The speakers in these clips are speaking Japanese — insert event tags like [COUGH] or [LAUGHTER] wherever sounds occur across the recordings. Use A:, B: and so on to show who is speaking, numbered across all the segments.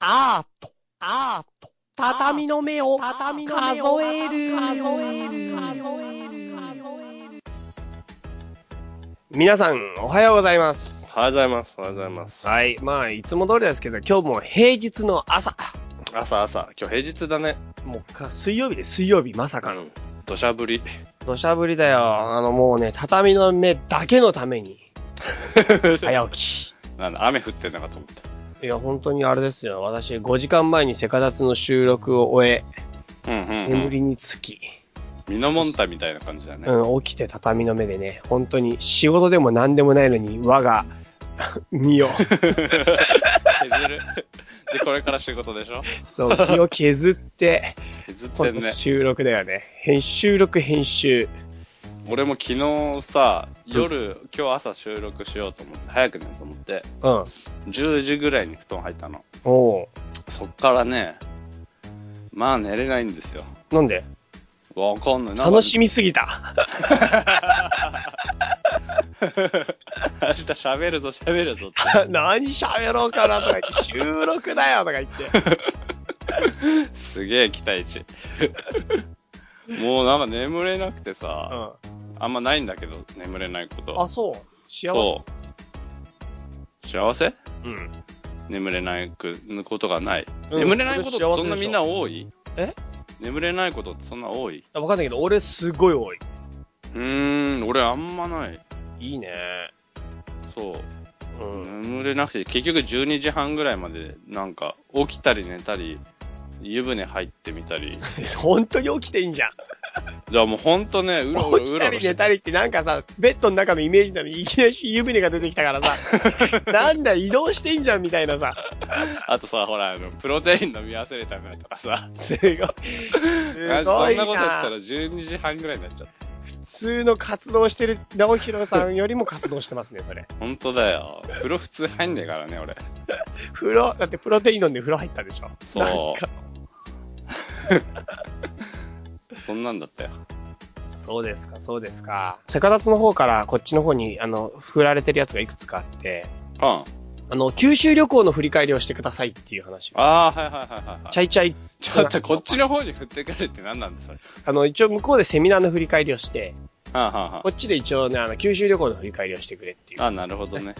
A: アート、アート、畳の目を、畳の目を数える、数える、数える、皆さん、おはようございます。
B: おはようございます。おはようございます。
A: はい。まあ、いつも通りですけど、今日も平日の朝。
B: 朝朝。今日平日だね。
A: もうか、水曜日で水曜日、まさ
B: う
A: かの。
B: ん。土砂降り。
A: 土砂降りだよ。あの、もうね、畳の目だけのため
B: [LAUGHS]
A: に、早起き。
B: なんだ、雨降ってんのかと思った。
A: いや、本当にあれですよ。私、5時間前にセカダツの収録を終え、
B: うんうん、う
A: 眠
B: ん。
A: りにつき、
B: ミノモンタみたいな感じだね。
A: うん、起きて畳の目でね、本当に仕事でも何でもないのに、我が、身を、
B: 削る。で、これから仕事でしょ
A: そう、身を削って、
B: 削って
A: こ
B: ん
A: の
B: ね。
A: 収録だよね。編収録編集。
B: 俺も昨日さ、夜、今日朝収録しようと思って、早く寝ようと思って、
A: うん。
B: 10時ぐらいに布団入ったの。
A: お
B: そっからね、まあ寝れないんですよ。
A: うなんで
B: わかんない。なんか
A: 楽しみすぎた。
B: [LAUGHS] 明日喋るぞ喋るぞって。
A: 何喋ろうかなとか言って、収録だよとか言って。
B: すげえ期
A: [LAUGHS]
B: 待値。もうなんか眠れなくて
A: う
B: さ、
A: ん。
B: あんまないんだけど、眠れないこと。
A: あ、そう。幸せ。
B: そう。幸せ
A: うん。
B: 眠れないくことがない。
A: うん
B: 眠れないことってそんなみんな多い
A: え
B: 眠れないことってそんな多い
A: わかんないけど、俺すごい多い。
B: うーん、俺あんまない。
A: いいね。
B: そうう。
A: ん。
B: 眠れなくて、結局12時半ぐらいまで、なんか、起きたり寝たり、湯船入ってみた
A: [LAUGHS]
B: り。
A: 本当に起きていいんじゃん。
B: じゃあもうほんとね、うろうろ
A: 起
B: う
A: き
B: ろ
A: た
B: うろ
A: り
B: して
A: 寝たりってなんかさ、ベッドの中のイメージなのにいきなり湯船が出てきたからさ、
B: [LAUGHS]
A: なんだ移動していいんじゃんみたいなさ、
B: あとさ、ほら、あの、プロテイン飲み忘れたなとかさ。
A: すごい。
B: あ
A: す
B: そ
A: ご
B: ん
A: い
B: なことやったら
A: な。
B: 12時半ぐらいになっちゃった。
A: 普通の活動してる直弘さんよりも活動してますね、それ。
B: ほんとだよ。風呂普通入んねえからね、俺。
A: 風呂、だってプロテイン飲んで風呂入ったでしょ。
B: そう
A: なんか
B: そんなんだったよ。
A: そうですか、そうですか。セカダツの方からこっちの方に、あの、振られてるやつがいくつかあって、
B: うん。あ
A: あの、九州旅行の振り返りをしてくださいっていう話を。
B: あー、はいはいはいはいはい。
A: ちゃいちゃい。
B: ちょっとこっちの方に振ってくるって何なんだそれ。
A: あの、一応向こうでセミナーの振り返りをして、
B: はあ、はあは
A: こっちで一応ね、あの、九州旅行の振り返りをしてくれっていう。
B: あ、
A: は
B: あ、なるほどね。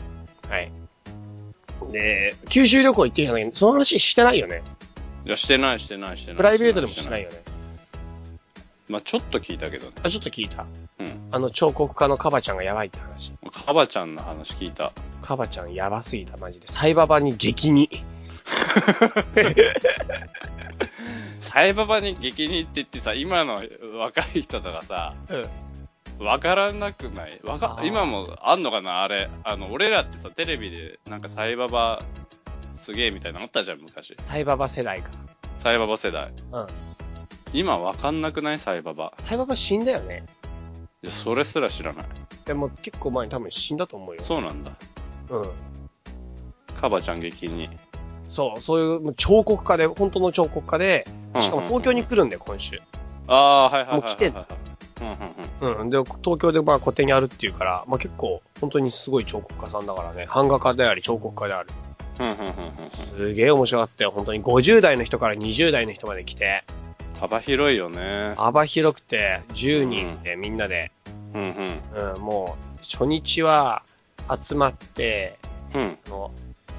A: い。で、九州旅行行ってきたんだけど、その話してないよね。
B: いや、してないしてないしてない。
A: プライベートでもしてない
B: よ。
A: よね。
B: まあちょっと聞いたけどね。
A: あ、ちょっと聞いた。
B: うん。
A: あの、彫刻家のカバちゃんがやばいって話。
B: カバちゃんの話聞いた。
A: カバちゃんやばすぎた、マジで。サイババに激に。
B: サイババに激にって言ってさ、今の若い人とかさ、
A: うん。
B: わからなくないわか
A: あ、ー
B: 今もあんのかなあれ。あの、俺らってさ、テレビで、なんかサイババ、すげえみたいなのあったじゃん、昔。
A: サイババ世代か。
B: サイババ世代。
A: うん。
B: 今わかんなくないサイババ。
A: サイババ死んだよね。
B: いや、それすら知らない。
A: でも結構前に多分死んだと思うよ。
B: そうなんだ。
A: う。うん。
B: カバちゃん激に。
A: そう、そういうもう彫刻家で、本当の彫刻家で、しかも東京に
B: うんうんうん。
A: 来るんだよ、今週。
B: ああー、はいはいはいはいはい。
A: もう来てん
B: うんうんうん。
A: うん。で、東京でまあ個展やるっていうから、まあ結構、本当にすごい彫刻家さんだからね。版画家であり、彫刻家である。
B: うんうんうんうん
A: すげえ面白かったよ。本当に50代の人から20代の人まで来て、
B: 幅広いよね。
A: 幅広くて、10人でみんなで、
B: うんうん。
A: うん、もう、初日は集まって、
B: うん。
A: あの、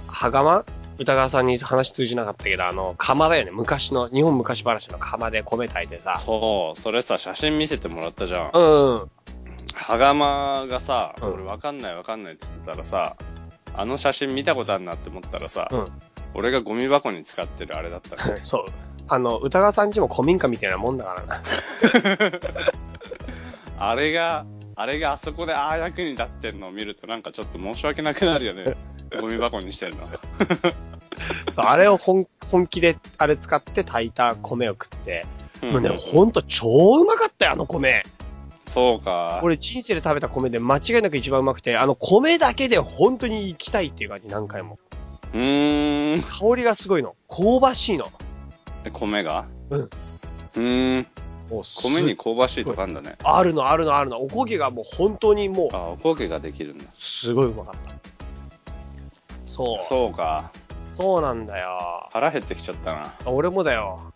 A: はがま歌川さんに話通じなかったけど、あの、釜だよね。昔の、日本昔話の釜で米炊いてさ。
B: そう、それさ、写真見せてもらったじゃん。
A: うん。
B: はがまがさ、
A: うん
B: 俺わかんないわかんないって言ってたらさ、あの写真見たことあるなって思ったらさ、
A: うん。
B: 俺がゴミ箱に使ってるあれだったね
A: そう。あの、歌川さんちも古民家みたいなもんだからな。
B: あれが、あれがあそこでああ役に立ってんのを見るとなんかちょっと申し訳なくなる
A: [LAUGHS]
B: よね。ゴミ箱にしてんの。
A: そう、あれを本本気で、あれ使って炊いた米を食って。もうね、
B: うん
A: ほんと超うまかったよ、あの米。
B: そうか。
A: 俺人生で食べた米で間違いなく一番うまくて、あの米だけで本当に行きたいっていう感じ、何回も。
B: うーん。
A: 香りがすごいの。香ばしいの。
B: 米が
A: うん
B: うーん。
A: もうす
B: 米に香ばしいとかあんだね。
A: あるの、あるの、あるの。おこげがもう本当にもう、
B: ああ、おこげができるんだ。
A: すごいうまかった。そう。
B: そうか。
A: そうなんだよ。
B: 腹減ってきちゃったな。
A: 俺もだよ。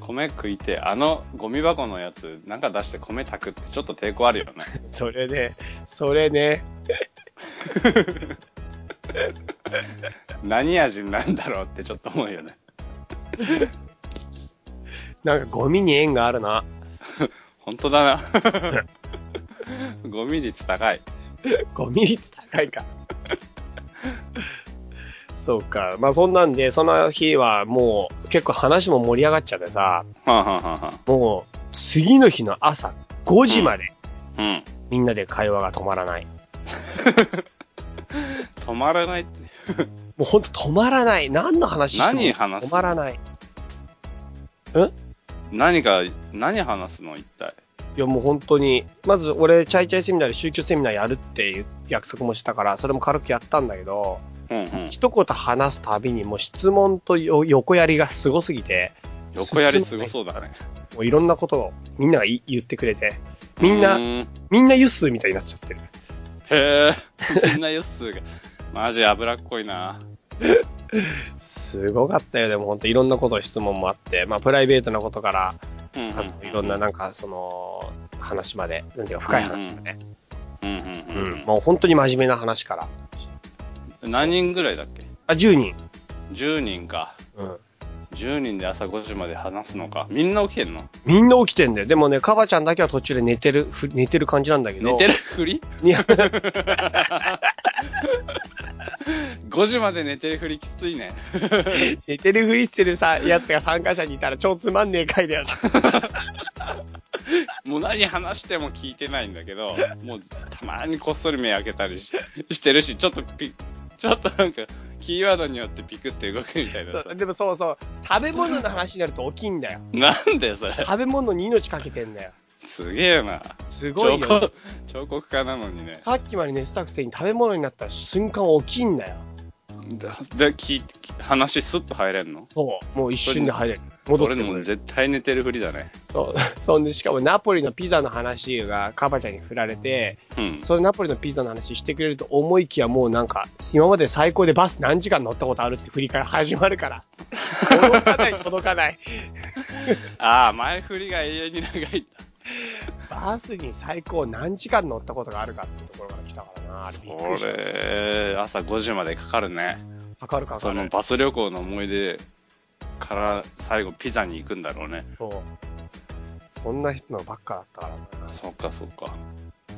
B: 米食いて、あのゴミ箱のやつ、なんか出して米炊くってちょっと抵抗あるよね。 [LAUGHS]
A: それね、それね。
B: 何味なんだろうってちょっと思うよね。 [LAUGHS]
A: なんかゴミに縁があるな。
B: 本当だな。 [LAUGHS] ゴミ率高い。
A: ゴミ率高いか。 [LAUGHS] そうか。まあそんなんで、その日はもう結構話も盛り上がっちゃってさ、
B: はんはんはんはん。
A: もう次の日の朝5時まで
B: うん。
A: みんなで会話が止まらない。
B: 止まらないって。
A: もうほんと止まらない。何の話しても
B: 何話す
A: 止まらない。
B: 何か、何話すの一体。
A: いやもう本当に、まず俺、チャイチャイセミナーで宗教セミナーやるっていう約束もしたから、それも軽くやったんだけど、
B: うんうん。
A: 一言話すたびにもう質問とよ横やりがすごすぎて、
B: 横やりすごそうだね。
A: もういろんなことをみんながい言ってくれて、みんな
B: うーへ
A: みんなユッスーみたいになっちゃってる。
B: え。みんなよっすーが。マジ脂っこいな。
A: すごかったよ、でも本当いろんなこと質問もあって、まあプライベートなことから、
B: うんうん
A: あのいろんな。なんかその話まで、なんていうか深い話まで、
B: うんう
A: うんん
B: うん
A: もう本当に真面目な話から。
B: うん。何人ぐらいだっけ
A: あ、10人。
B: ?10 人か。
A: うん。
B: 10人で朝5時まで話すのか。みんな起きてんの
A: みんな起きてんだよ。でもね、カバちゃんだけは途中で寝てる、ふ寝てる感じなんだけど。
B: 寝てるふり
A: [LAUGHS] いや
B: ?5 時まで寝てるふりきついね。
A: 寝てるふりしてるさ、やつが参加者にいたら超つまんねえ回だよな。
B: もう何話しても聞いてないんだけど、もうたまにこっそり目開けたりししてるし、ちょっとピちょっとなんか、キーワードによってピクって動くみたいなさ
A: そう。でもそうそう、食べ物の話になると起きんだよ。
B: なんでそれ
A: 食べ物に命かけてんだよ。
B: すげえな。
A: すご
B: 彫
A: いよ。
B: 刻、彫刻家なのにね。
A: さっきまで寝てたくせに食べ物になった瞬間起きんだよ。
B: で、で聞い話スッと入れんの
A: そう。もう一瞬で入れる。戻
B: そ
A: っ
B: れ
A: て
B: で
A: く
B: も
A: る。
B: 絶対寝てるふりだね。
A: そう。そんで、しかもナポリのピザの話がカバちゃんに振られて、
B: うん。
A: それナポリのピザの話してくれると思いきやもうなんか、今まで最高でバス何時間乗ったことあるって振りから始まるから。届か
B: [LAUGHS]
A: ない、届かない。
B: ああ、前振りが永遠に長いんだ。
A: バスに最高何時間乗ったことがあるかってところから来たからな。あれびっくりし
B: そ
A: た
B: れ、朝5時までかかるね。
A: かかるかか
B: その
A: る。
B: バス旅行の思い出から最後ピザに行くんだろうね。
A: そう。そんな人のばっかだったからな。
B: そっかそっか。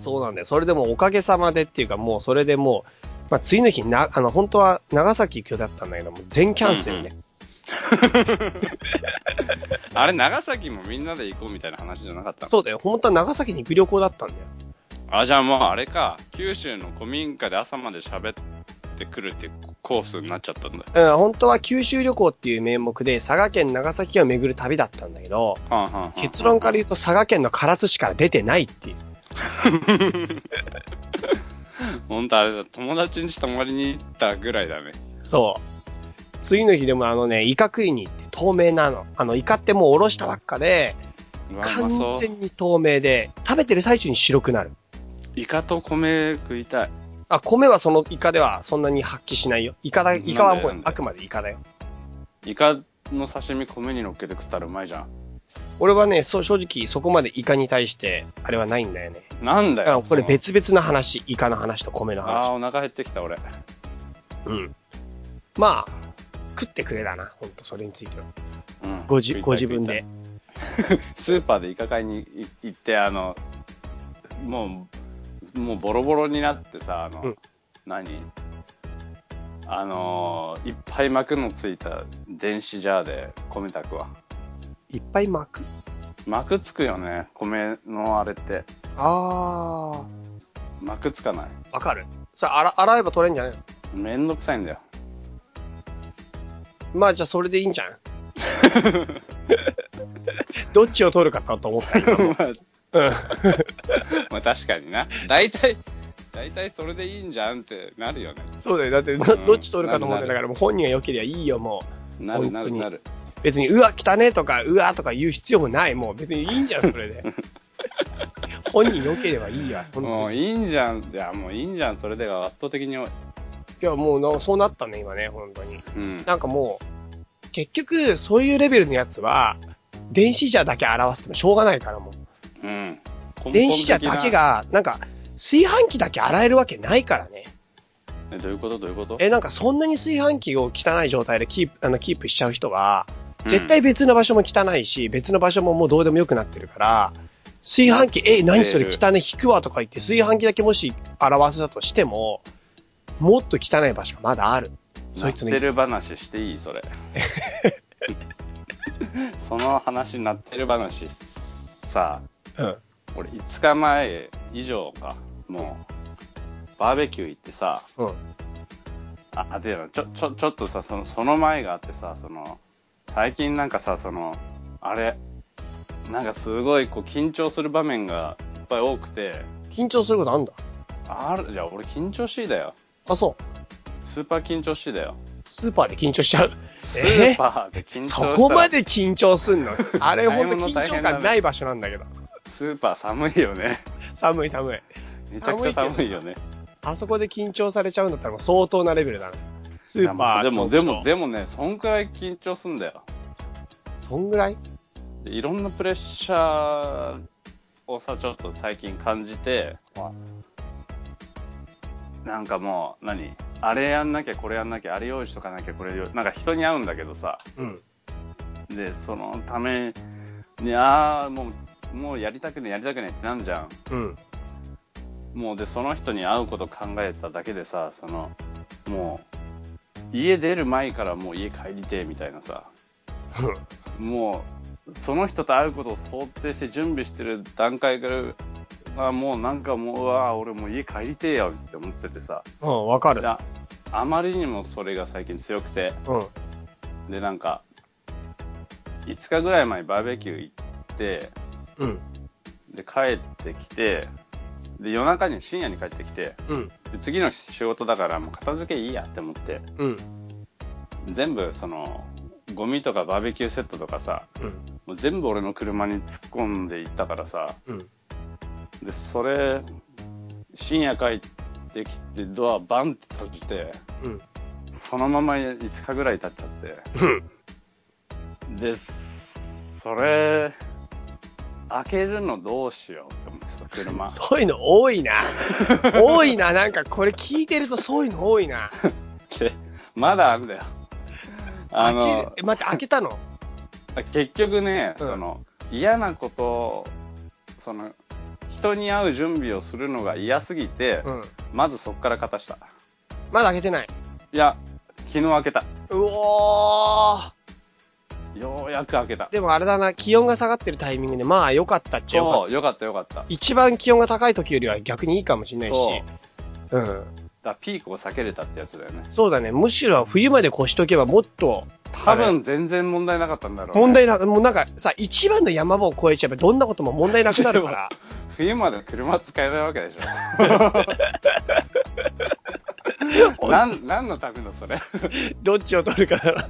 A: そうなんだよ。それでもうおかげさまでっていうか、もうそれでもう、まあ、次の日な、あの、本当は長崎行く予定だったんだけど、もう全キャンセルね。
B: あれ、長崎もみんなで行こうみたいな話じゃなかったの
A: そうだよ。本当は長崎に行く旅行だったんだよ。
B: あ、じゃあもうあれか。九州の古民家で朝まで喋ってくるってコースになっちゃったんだ。
A: うん、本当は九州旅行っていう名目で、佐賀県長崎県を巡る旅だったんだけど、
B: はんはんはん
A: 結論から言うと佐賀県の唐津市から出てないっていう。
B: 本当あれだ、友達に泊まりに行ったぐらいだね。
A: そう。次の日でもあのね、イカ食いに行って透明なの。あの、イカってもうおろしたばっかで、
B: うわ、うま
A: 完
B: そう。
A: 全に透明で、食べてる最中に白くなる。
B: イカと米食いたい。
A: あ、米はそのイカではそんなに発揮しないよ。イカだ、イカはも
B: なん
A: う
B: で
A: あくまでイカだよ。
B: イカの刺身米に乗っけて食ったらうまいじゃん。
A: 俺はね、そう、正直そこまでイカに対して、あれはないんだよね。
B: なんだ
A: だから
B: よ。
A: これ
B: その
A: 別々の話、イカの話と米の
B: あ
A: 話。
B: あ、お腹減ってきた俺。
A: うん。まあ、食ってくれだな、ほんと、それについては。
B: うん
A: ごじ、
B: 食いたい
A: ご自分で。
B: スーパーでイカ買いにい行って、あの、もう、もうボロボロになってさ、あの、
A: うん
B: 何あのー、いっぱい膜のついた電子ジャーで米炊くわ。
A: いっぱい巻く
B: 膜つくよね、米のあれって。
A: あ
B: 膜つかない。
A: ー、わかる。さ、洗、洗えば取れんじゃないの
B: めんどくさい
A: [LAUGHS]
B: んだよ。 [LAUGHS]
A: まあ、じゃあそれでいいんじゃ
B: [LAUGHS]
A: んどっちを取るかと思ったよ。
B: まあ、 [LAUGHS] まあ確かにな。大体、大体それでいいんじゃんってなるよね。
A: そうだよ。だって、 [LAUGHS] ど
B: うん
A: どっち取るかと思ってたから、もう本人が良ければいいよ、もう。
B: なるな
A: 本当
B: る
A: に
B: なる。
A: 別に、うわ、汚ねとか、うわとか言う必要もない。もう別にいいんじゃん、それで。 [LAUGHS] 本人良ければいいや。本当
B: もう
A: に。
B: いいんじゃん。いや、もういいんじゃん。それでが圧倒的に多い。
A: いや、もうな、そうなったね、今ね、本当に。
B: うん。
A: なんかもう、結局、そういうレベルのやつは、電子じゃだけ表してもしょうがないからもう。
B: うん。
A: 電子じゃだけが、なんか、炊飯器だけ洗えるわけないからね。
B: 根本的な。えどういうことどういうこと
A: え、なんかそんなに炊飯器を汚い状態でキープ、あの、キープしちゃう人は、
B: うん
A: 絶対別の場所も汚いし、別の場所ももうどうでもよくなってるから、炊飯器、え、何それ汚い引くわとか言って、炊飯器だけもし表せたとしても、もっと汚い場所がまだある。そいつの
B: なってる話してい
A: [LAUGHS]
B: いそれ。その話、なってる話、さ、
A: うん。
B: 俺5日前以上か、もう、バーベキュー行ってさ、
A: うん。
B: あ、で、ちょ、ちょ、ちょっとさ、その、その前があってさ、その、最近なんかさ、その、あれ、なんかすごい、こう、緊張する場面がいっぱい多くて、
A: 緊張することあんだ。
B: ある、じゃあ俺緊張しいだよ。
A: あ、そう。
B: スーパー緊張しいだよ。
A: スーパーで緊張しちゃう。
B: ス
A: え
B: ーパーで緊張した
A: そ
B: ら、
A: こまで緊張す
B: [LAUGHS]
A: んのあれほんと緊
B: 買い物大
A: 張
B: 変だね
A: 感ない場所なんだけど。
B: スーパー寒いよね。
A: 寒い寒い。
B: めちゃくちゃ寒いよね。
A: あそこで緊張されちゃうんだったらもう相当なレベルだな。スーパー
B: でも、
A: トー
B: で
A: クショ
B: も、
A: ー
B: でもね、そんくらい緊張すんだよ。
A: そんぐらい
B: でいろんなプレッシャーをさ、ちょっと最近感じて、
A: は
B: なんかもう、何あれやんなきゃ、これやんなきゃ、あれ用意しとかなきゃ、これ用意なんか人に会うんだけどさ、
A: うん。
B: で、そのために、ああ、もう、もうやりたくねえ、やりたくねえってなんじゃん。
A: うん。
B: もうでその人に会うこと考えただけでさそのもう家出る前からもう家帰りてえみたいなさもうその人と会うことを想定して準備してる段階からあもうなんかもううわあ俺もう家帰りてえよって思っててさ
A: うん、わかる
B: で。ああまりにもそれが最近強くて
A: うん。
B: でなんか5日ぐらい前にバーベキュー行って
A: うん。
B: で帰ってきてで夜中に深夜に帰ってきて
A: うん。
B: で次の仕事だからもう片付けいいやって思って
A: うん。
B: 全部そのゴミとかバーベキューセットとかさ
A: うん。
B: もう全部俺の車に突っ込んでいったからさ
A: うん。
B: でそれ深夜帰ってきてドアバンって閉じて
A: うん。
B: そのまま5日ぐらい経っちゃっ
A: うん。
B: てでそれ開けるのどうしようって思ってさ車
A: そういうの多い [LAUGHS] な。多いな。なんかこれ聞いてるとそういうの多いな。
B: でまだあるんだよ
A: 開
B: あ
A: ける
B: の
A: え、待って、開けたの
B: 結局ね、
A: うん
B: その嫌なことをその人に会う準備をするのが嫌すぎて、
A: うん。
B: まずそこから片した
A: まだ開けてない。
B: いや昨日開けた
A: うおー。
B: ようやく開けた
A: でもあれだな、気温が下がってるタイミングで、まあ良かったっちゃ良かった。
B: そうよかったよかっただか
A: 一番気温が高い時よりは逆にいいかもしれないし。うん。
B: らピークを避けれたってやつだよね
A: そうだね。むしろ冬まで越しとけばもっと、
B: 多分全然問題なかったんだろうね、
A: 問題な、もうなんかさ、一番の山場を越えちゃえばどんなことも問題なくなる [LAUGHS] から。
B: 冬まで車使えないわけ
A: [LAUGHS]
B: でしょなん何のためのそれ
A: どっちを取るかだ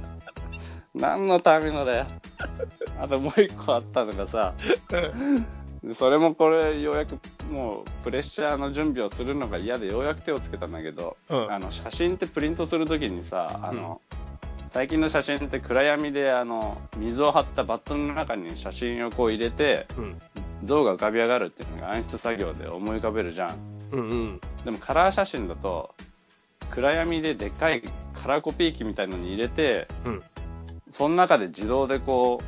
B: 何のためのだよ [LAUGHS] あともう一個あったのがさ
A: な。
B: でそれもこれようやくもうプレッシャーの準備をするのが嫌でようやく手をつけたんだけど、
A: うん
B: あの写真ってプリントするときにさあの、最近の写真って暗闇であの水を張ったバットの中に写真をこう入れて
A: うん。
B: 像が浮かび上がるっていうのが暗室作業で思い浮かべるじゃん
A: うんうん。
B: でもカラー写真だと暗闇ででっかいカラーコピー機みたいのに入れて
A: うん。
B: その中で自動でこ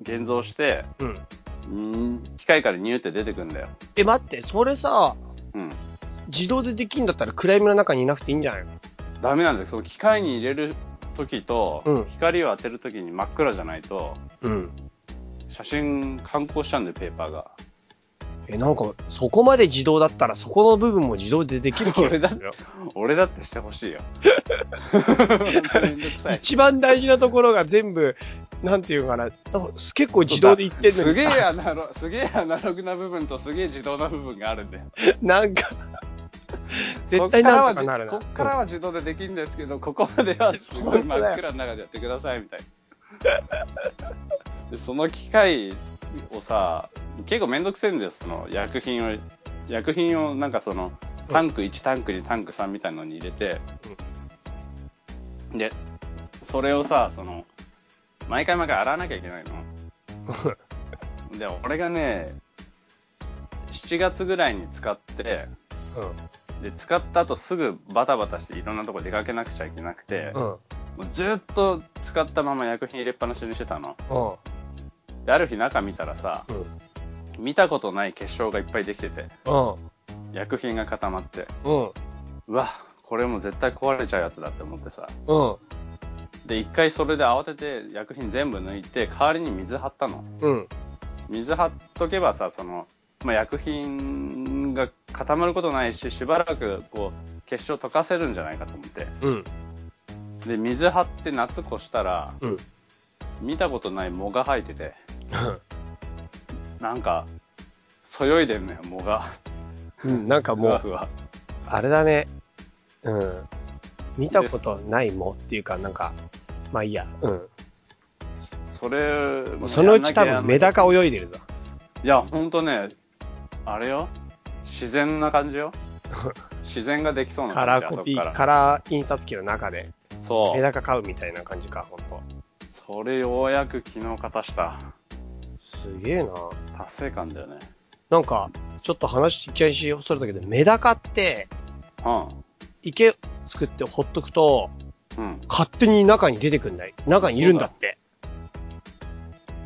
B: う現像して
A: うん。
B: うん機械からニューって出てくんだよ
A: え、待って、それさ、
B: うん
A: 自動でできんだったら暗闇の中にいなくていいんじゃないの
B: ダメなんですよその機械に入れる時と、
A: うん
B: 光を当てる時に真っ暗じゃないと
A: うん。
B: 写真観光しちゃうんでペーパーが
A: え、なんか、そこまで自動だったら、そこの部分も自動でできる気がするよ。
B: 俺だってして
A: [LAUGHS]
B: ほしいよめんどくさい
A: 一番大事なところが全部、なんていうのかな、結構自動でいってんの
B: す
A: に
B: げ
A: さ
B: えアナロすげえアナログな部分とすげえ自動な部分があるんだよ
A: なんか、絶対なんとかなるな。
B: こっからは自こっからは自動でできるんですけど、ここまではすごい真っ暗の中でやってくださいみたい
A: [LAUGHS]
B: なでその機械をさ結構めんどくせえんだよその薬品を薬品をなんかそのタンク1、タンク2、タンク3みたいなのに入れて、で、それをさ、その、毎回毎回洗わなきゃいけないの。で、俺がね、7月ぐらいに使って、で、使った後すぐバタバタしていろんなとこ出かけなくちゃいけなくて、
A: うん。うん。
B: もうずっと使ったまま薬品入れっぱなしにしてたの。
A: うん。
B: で、ある日中見たらさ、
A: うん。
B: 見たことない結晶がいっぱいできてて、
A: うん。
B: 薬品が固まって、
A: うん。
B: うわ、これもう絶対壊れちゃうやつだって思ってさ。
A: うん。
B: で、一回それで慌てて薬品全部抜いて、代わりに水張ったの。
A: うん。
B: 水張っとけばさ、その、まあ、薬品が固まることないし、しばらくこう、結晶溶かせるんじゃないかと思って。
A: うん。
B: で、水張って夏越したら、
A: うん。
B: 見たことない藻が生えてて、なんか、そよいでんのよ、藻が。
A: うん。なんか
B: ふ
A: も
B: わ
A: う、
B: ふわ。
A: あれだね。うん。見たことないもんっていうか、なんか、まあいいや。うん。
B: それ、も
A: そのうち多
B: やんなきゃやん
A: 分
B: な
A: メダカ泳いでるぞ。
B: いや、ほんとね、あれよ。自然な感
A: [LAUGHS]
B: じよ。自然ができそうな
A: カ
B: 感
A: ラ
B: じ、
A: ー
B: あそ
A: コ
B: こ
A: ピ
B: か
A: ー、
B: ら。
A: カラー印刷機の中で、
B: そ
A: メ
B: う。
A: ダカ買うみたいな感じか、ほんと。
B: それようやく昨日片した。
A: すげえな。
B: 達成感だよね。
A: なんか、ちょっと話、いきなりそれたけど、メダカって、
B: う
A: 池作ってほっとくと、
B: ん。うん。
A: 勝手に中に出てくんない。中にいるんだって。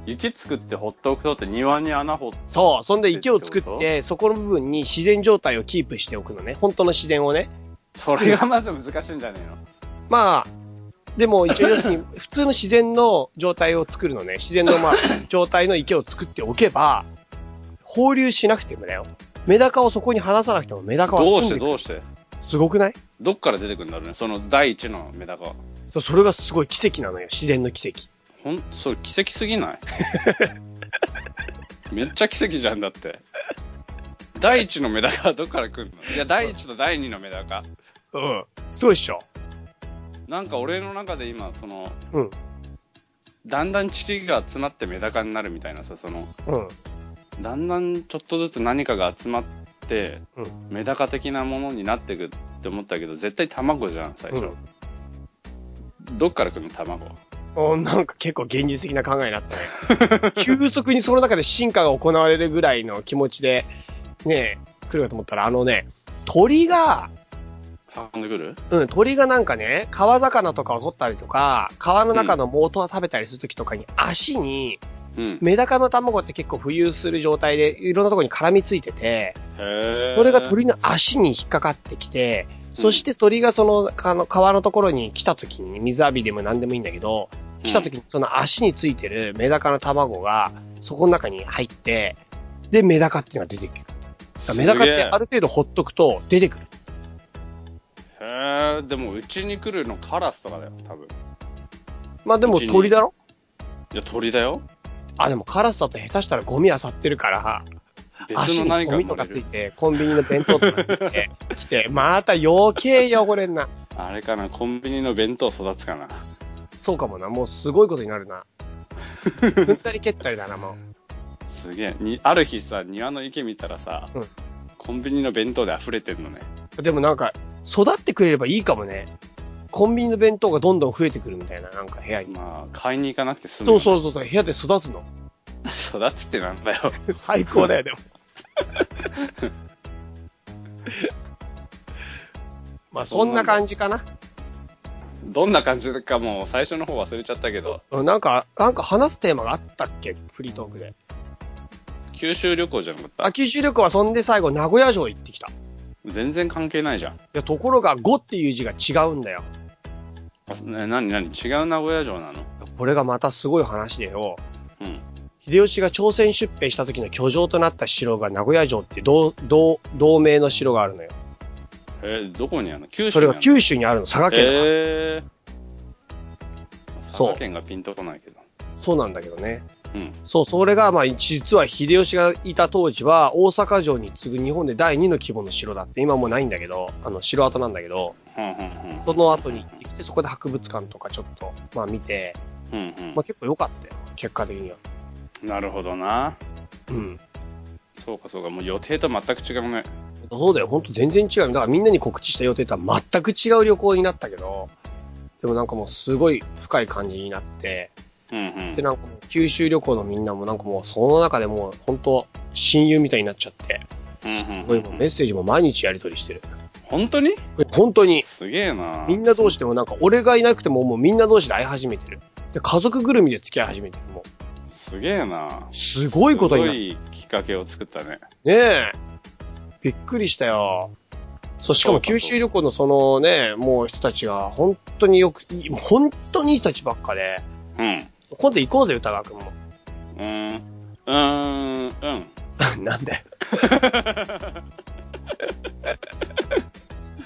B: 雪作ってほっとくとって庭に穴掘って。
A: そう。そんで池を作っ
B: って
A: て、そこの部分に自然状態をキープしておくのね。本当の自然をね。
B: それがまず難しいんじゃね
A: まあ、でも一応要す
B: [LAUGHS]
A: るに、普通の自然の状態を作るのね。自然のまあ、状態の池を作っておけば、放流しなくてもだよ。メダカをそこに離さなくてもメダ
B: え
A: カ
B: の。
A: は
B: どう
A: 住
B: し
A: ん
B: て
A: でく
B: どうして
A: すごくない
B: どっから出てくるんだろうね。その第一のメダカ。
A: そうそれがすごい奇跡なのよ。自然の奇跡。
B: ほん、それ奇跡すぎない [LAUGHS] めっちゃ奇跡じゃんだって。第一のメダカはどっから来るのいや、第一と第二のメダカ。
A: うん。そうでしょ。
B: なんか俺の中で今、その、
A: うん。
B: だんだん地が集まってメダカになるみたいなさ、その、
A: うん。
B: だんだんちょっとずつ何かが集まって、
A: うん
B: メダカ的なものになってくって思ったけど、絶対卵じゃん、最初。どっから来るの卵。
A: おなんか結構現実的な考えにな
B: [LAUGHS]
A: ったね。急速にその中で進化が行われるぐらいの気持ちで、ねえ、来るかと思ったら、あのね、鳥が、
B: 運んでくる
A: うん、鳥がなんかね、川魚とかを取ったりとか、川の中の藻とか食べたりするときとかに、足に、
B: うん。
A: メダカの卵って結構浮遊する状態で、いろんなところに絡みついてて、
B: へー
A: それが鳥の足に引っかかってきて、そして鳥がそのあの川のところに来たときにね、水浴びでも何でもいいんだけど、来た時にその足についてるメダカの卵が、そこの中に入って、で、メダカっていうのが出てくる。だからメダカってあ
B: る
A: る程度ほっとくと出てくる。
B: へえでもうちに来るのカラスとかだよ多分
A: まあでも
B: うちに
A: 鳥だろ
B: いや鳥だよ
A: あ、でもカラスだと下手したらゴミ漁ってるから、
B: 別
A: 足
B: の
A: に
B: 何か
A: ゴ
B: が
A: ミと
B: 乗
A: か
B: れ
A: つい
B: る
A: て、コンビニの弁当とかついて、来 [LAUGHS] て、また余計汚れんな。
B: あれかなコンビニの弁当育つかな
A: そうかもな、もうすごいことになるな。踏ったり蹴ったりだな、もう。
B: すげえにある日さ庭の池見たらさ、
A: うん
B: コンビニの弁当で溢れてるのね
A: でもなんか、育ってくれればいいかもね。コンビニの弁当がどんどん増えてくるみたいな、なんか部屋に。
B: まあ買いに行かなくて済む
A: そう
B: よ
A: そうそうそう、部屋で育つの。
B: 育つってなんだよ
A: [LAUGHS] 最高だよ、で [LAUGHS] も。まあ、そんな感じかな。
B: どんな感じかもう最初の方忘れちゃったけど
A: うんなんか、なんか話すテーマがあったっけフリートークで。
B: 九州旅行じゃなかった
A: あ、九州旅行はそんで最後、名古屋城行ってきた。い
B: 全然関係ないじゃん
A: や、ところが、5っていう字が違うんだよ。
B: あね何何違う名古屋城なの
A: これがまたすごい話でよ。
B: うん
A: 秀吉が朝鮮出兵した時の居城となった城が名古屋城って同、同、同名の城があるのよ。
B: えーどこにあるの九州
A: それ
B: にあ
A: が
B: るの
A: 九州にあるの、佐賀県の。
B: えー、佐
A: そう
B: 賀県がピンとこないけど。
A: そうなんだけどね。
B: うん。
A: そう、それが、まあ、実は秀吉がいた当時は、大阪城に次ぐ日本で第2の規模の城だって、今もうないんだけど、あの、城跡なんだけど、
B: うんうんうん。
A: その後に行ってきて、そこで博物館とかちょっと、まあ見て、
B: うんうん
A: まあ結構良かったよ、結果的には。
B: なるほどな。
A: うん。
B: そうかそうか。もう予定と全く違うね。
A: そうだよ、ほんと全然違うよ。だからみんなに告知した予定とは全く違う旅行になったけど、でもなんかもうすごい深い感じになって、
B: うん
A: で、なんかもう九州旅行のみんなもなんかもうその中でもう本当親友みたいになっちゃって、すご
B: う
A: い
B: ん
A: もうメッセージも毎日やり取りしてる。
B: 本当に
A: 本当に、
B: すげえな。
A: みんな同士でもなんか俺がいなくてももうみんな同士で会い始めてる。で、家族ぐるみで付き合い始めてる。も
B: すげえな。
A: う、すごいことになっ
B: すごいきっかけを作ったね。
A: ねえ。びっくりしたよ。そう、しかも
B: そうかそ
A: 九
B: う
A: 州旅行のそのね、もう人たちが、本当によく、いい本当にいい人たちばっかで、
B: うん。
A: 今度行こうぜ、歌川くんも。 [LAUGHS]
B: うーん。うーん。うん。
A: なんだよ。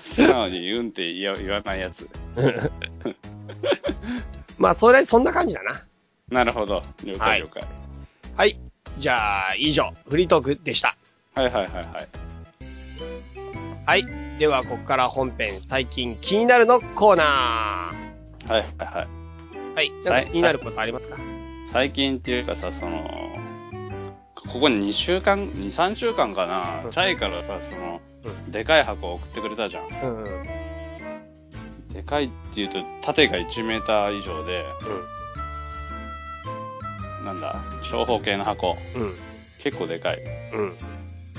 B: 素直にうんって言わ言わないやつ。
A: まあ、それ、そんな感じだな。
B: なるほど。了
A: は
B: 解
A: い
B: 了解。
A: はい。じゃあ、以上、フリートークでした。
B: はいはいはいはい。
A: はい。では、ここから本編、最近気になるのコーナ
B: はいはいはい。
A: ー。はい。なんか気になることありますか
B: 最近っていうかさ、その、ここ2週間、2、3週間か
A: う
B: な、
A: ん
B: チャイからさ、その、
A: うん
B: でかい箱を送ってくれたじゃん。
A: うん。うん。
B: でかいっていうと、縦が1メーター以上で、なんだ、長方形の箱、
A: うん。
B: 結構でかい
A: う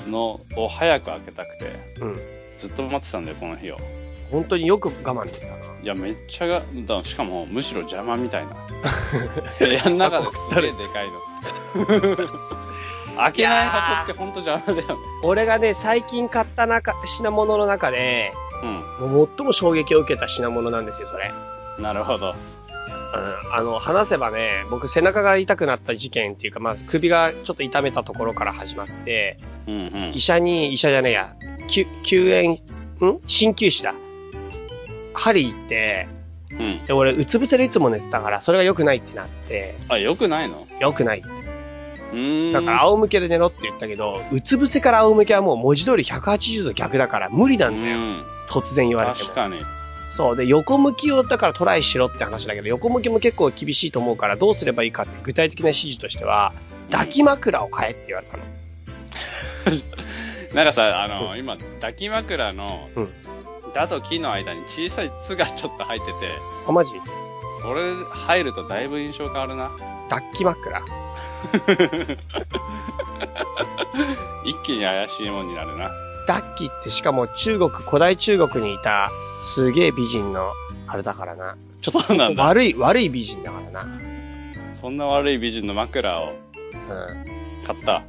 A: ん。
B: のを早く開けたくて、
A: うん。
B: ずっと待ってたんだよ、この日を。
A: 本当によく我慢できたな。
B: いや、めっちゃが、だしかも、むしろ邪魔みたい
A: [LAUGHS]
B: な。部屋の中ですげえでかいの。開けない箱ってほんと邪魔だよね。
A: 俺がね、最近買った中、品物の中で、
B: う
A: もう最も衝撃を受けた品物なんですよ、それ。うん
B: ん、なるほど。
A: あの、話せばね、僕背中が痛くなった事件っていうか、まず首がちょっと痛めたところから始まって、
B: うんうん
A: 医。者に、医者じゃねえや、救救援、ん鍼灸師だ。針行って、
B: うん。
A: で、俺、うつ伏せでいつも寝てたから、それが良くないってなって、
B: あ、良くないの
A: 良くない。
B: うーん。
A: だから、仰向けで寝ろって言ったけど、うつ伏せから仰向けはもう文字通り180度逆だから無理な
B: うん
A: だよ。
B: ん。
A: 突然言われても
B: 確。かに。
A: そう。で、横向きをだからトライしろって話だけど、横向きも結構厳しいと思うから、どうすればいいかって具体的な指示としては、抱き枕を買えって言われたの。
B: なんかさ、あの、今、抱き枕の
A: うん、
B: だと木の間に小さい「つ」がちょっと入ってて、
A: あ、マジ
B: それ入るとだいぶ印象変わるな。
A: 抱き枕
B: 一気に怪しいもんになるな。
A: ダッキってしかも中国、古代中国にいた、すげえ美人の、あれだからな。ちょっ
B: そうなん
A: と
B: だ
A: 悪い、悪い美人だからな。
B: そんな悪い美人の枕
A: う
B: を
A: ん。
B: 買った。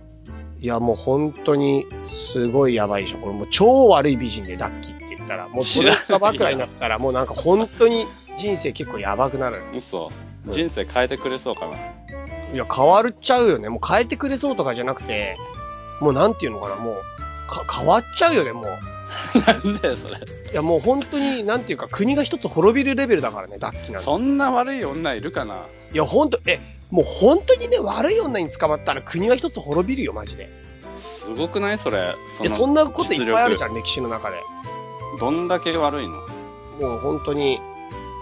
A: いや、もう本当に、すごいやばいでしょ。これもう超悪い美人でダッキって言ったら、もうそれが枕になったら、もうなんか本当に人生結構やばくなる。
B: 嘘。
A: うん
B: 人生変えてくれそうかな。
A: いや、変わっちゃうよね。もう変えてくれそうとかじゃなくて、もうなんていうのかな、もう、か変わっちゃうよね、もう。
B: なんだよ、それ。
A: いや、もう本当に、なんていうか、国が一つ滅びるレベルだからね、ダッキなんて。
B: そんな悪い女いるかない
A: や、本当え、もう本当にね、悪い女に捕まったら国が一つ滅びるよ、マジで。
B: すごくないそれ。そ
A: いや、そ
B: の、
A: んなこといっぱいあるじゃん、歴史の中で。
B: どんだけ悪い
A: [LAUGHS]
B: の
A: もう本当に、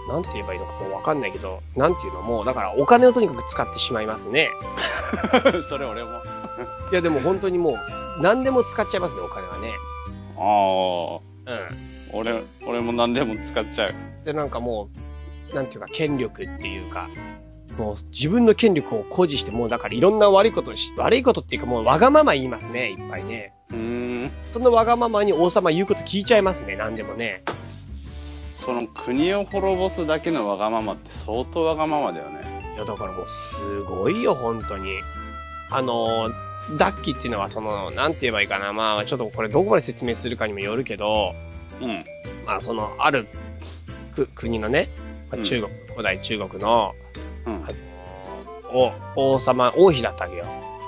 A: なんて言えばいいのかもうわかんないけど、なんていうのもう、だからお金をとにかく使ってしまいますね。
B: それ俺も。
A: いや、でも本当にもう、何でも使っちゃいますね、お金はね。
B: ああ。
A: うん。
B: 俺、俺も何でも使っちゃう。
A: で、なんかもう、なんていうか、権力っていうか、もう自分の権力を誇示して、もうだからいろんな悪いことをし、悪いことっていうかもうわがまま言いますね、いっぱいね。
B: うーん。
A: そのわがままに王様言うこと聞いちゃいますね、なんでもね。
B: その国を滅ぼすだけのわがままって相当わがままだよね。
A: いや、だからもうすごいよ、本当に。あのー、ダッキーっていうのはその、なんて言えばいいかな、まあちょっとこれどこまで説明するかにもよるけど、
B: うん。
A: まあその、あるく国のね、まあ中国、古代中国の、
B: うん
A: あ。のーお王様、王妃だったわけよ。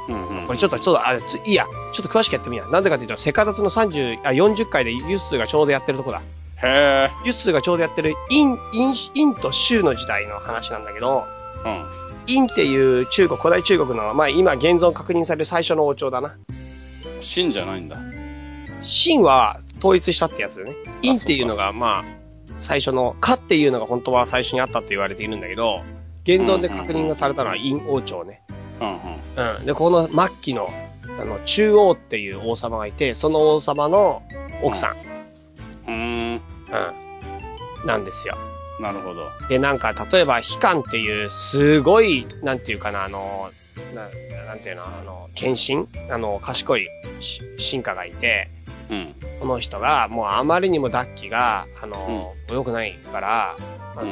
B: うん、うん。
A: これちょっと、ちょっと、あれ、つ、いいや。ちょっと詳しくやってみよう。なんでかっていうと、セカダツの30、あ、40回でユッスーがちょうどやってるとこだ。
B: へえ。
A: ユッスーがちょうどやってる、イン、イン、インと州の時代の話なんだけど、
B: うん。
A: インっていう中国、古代中国の、まあ今現存確認される最初の王朝だな。
B: 真じゃないんだ。
A: 秦は統一したってやつだね。インっていうのが、まあ、最初の、カっていうのが本当は最初にあったと言われているんだけど、現存で確認がされたのはイン王朝ね。
B: うんうん。
A: うん。で、この末期のあの、中央っていう王様がいて、その王様の奥さん、
B: うーん。
A: うん、なんですよ。
B: なるほど。
A: で、なんか、例えば、ヒカンっていう、すごい、なんていうかな、あの、ななんていうの、あの、献身あの、賢いし進化がいて、
B: うん。
A: この人が、もうあまりにもダッキが、あの、良くないから、あの、
B: うん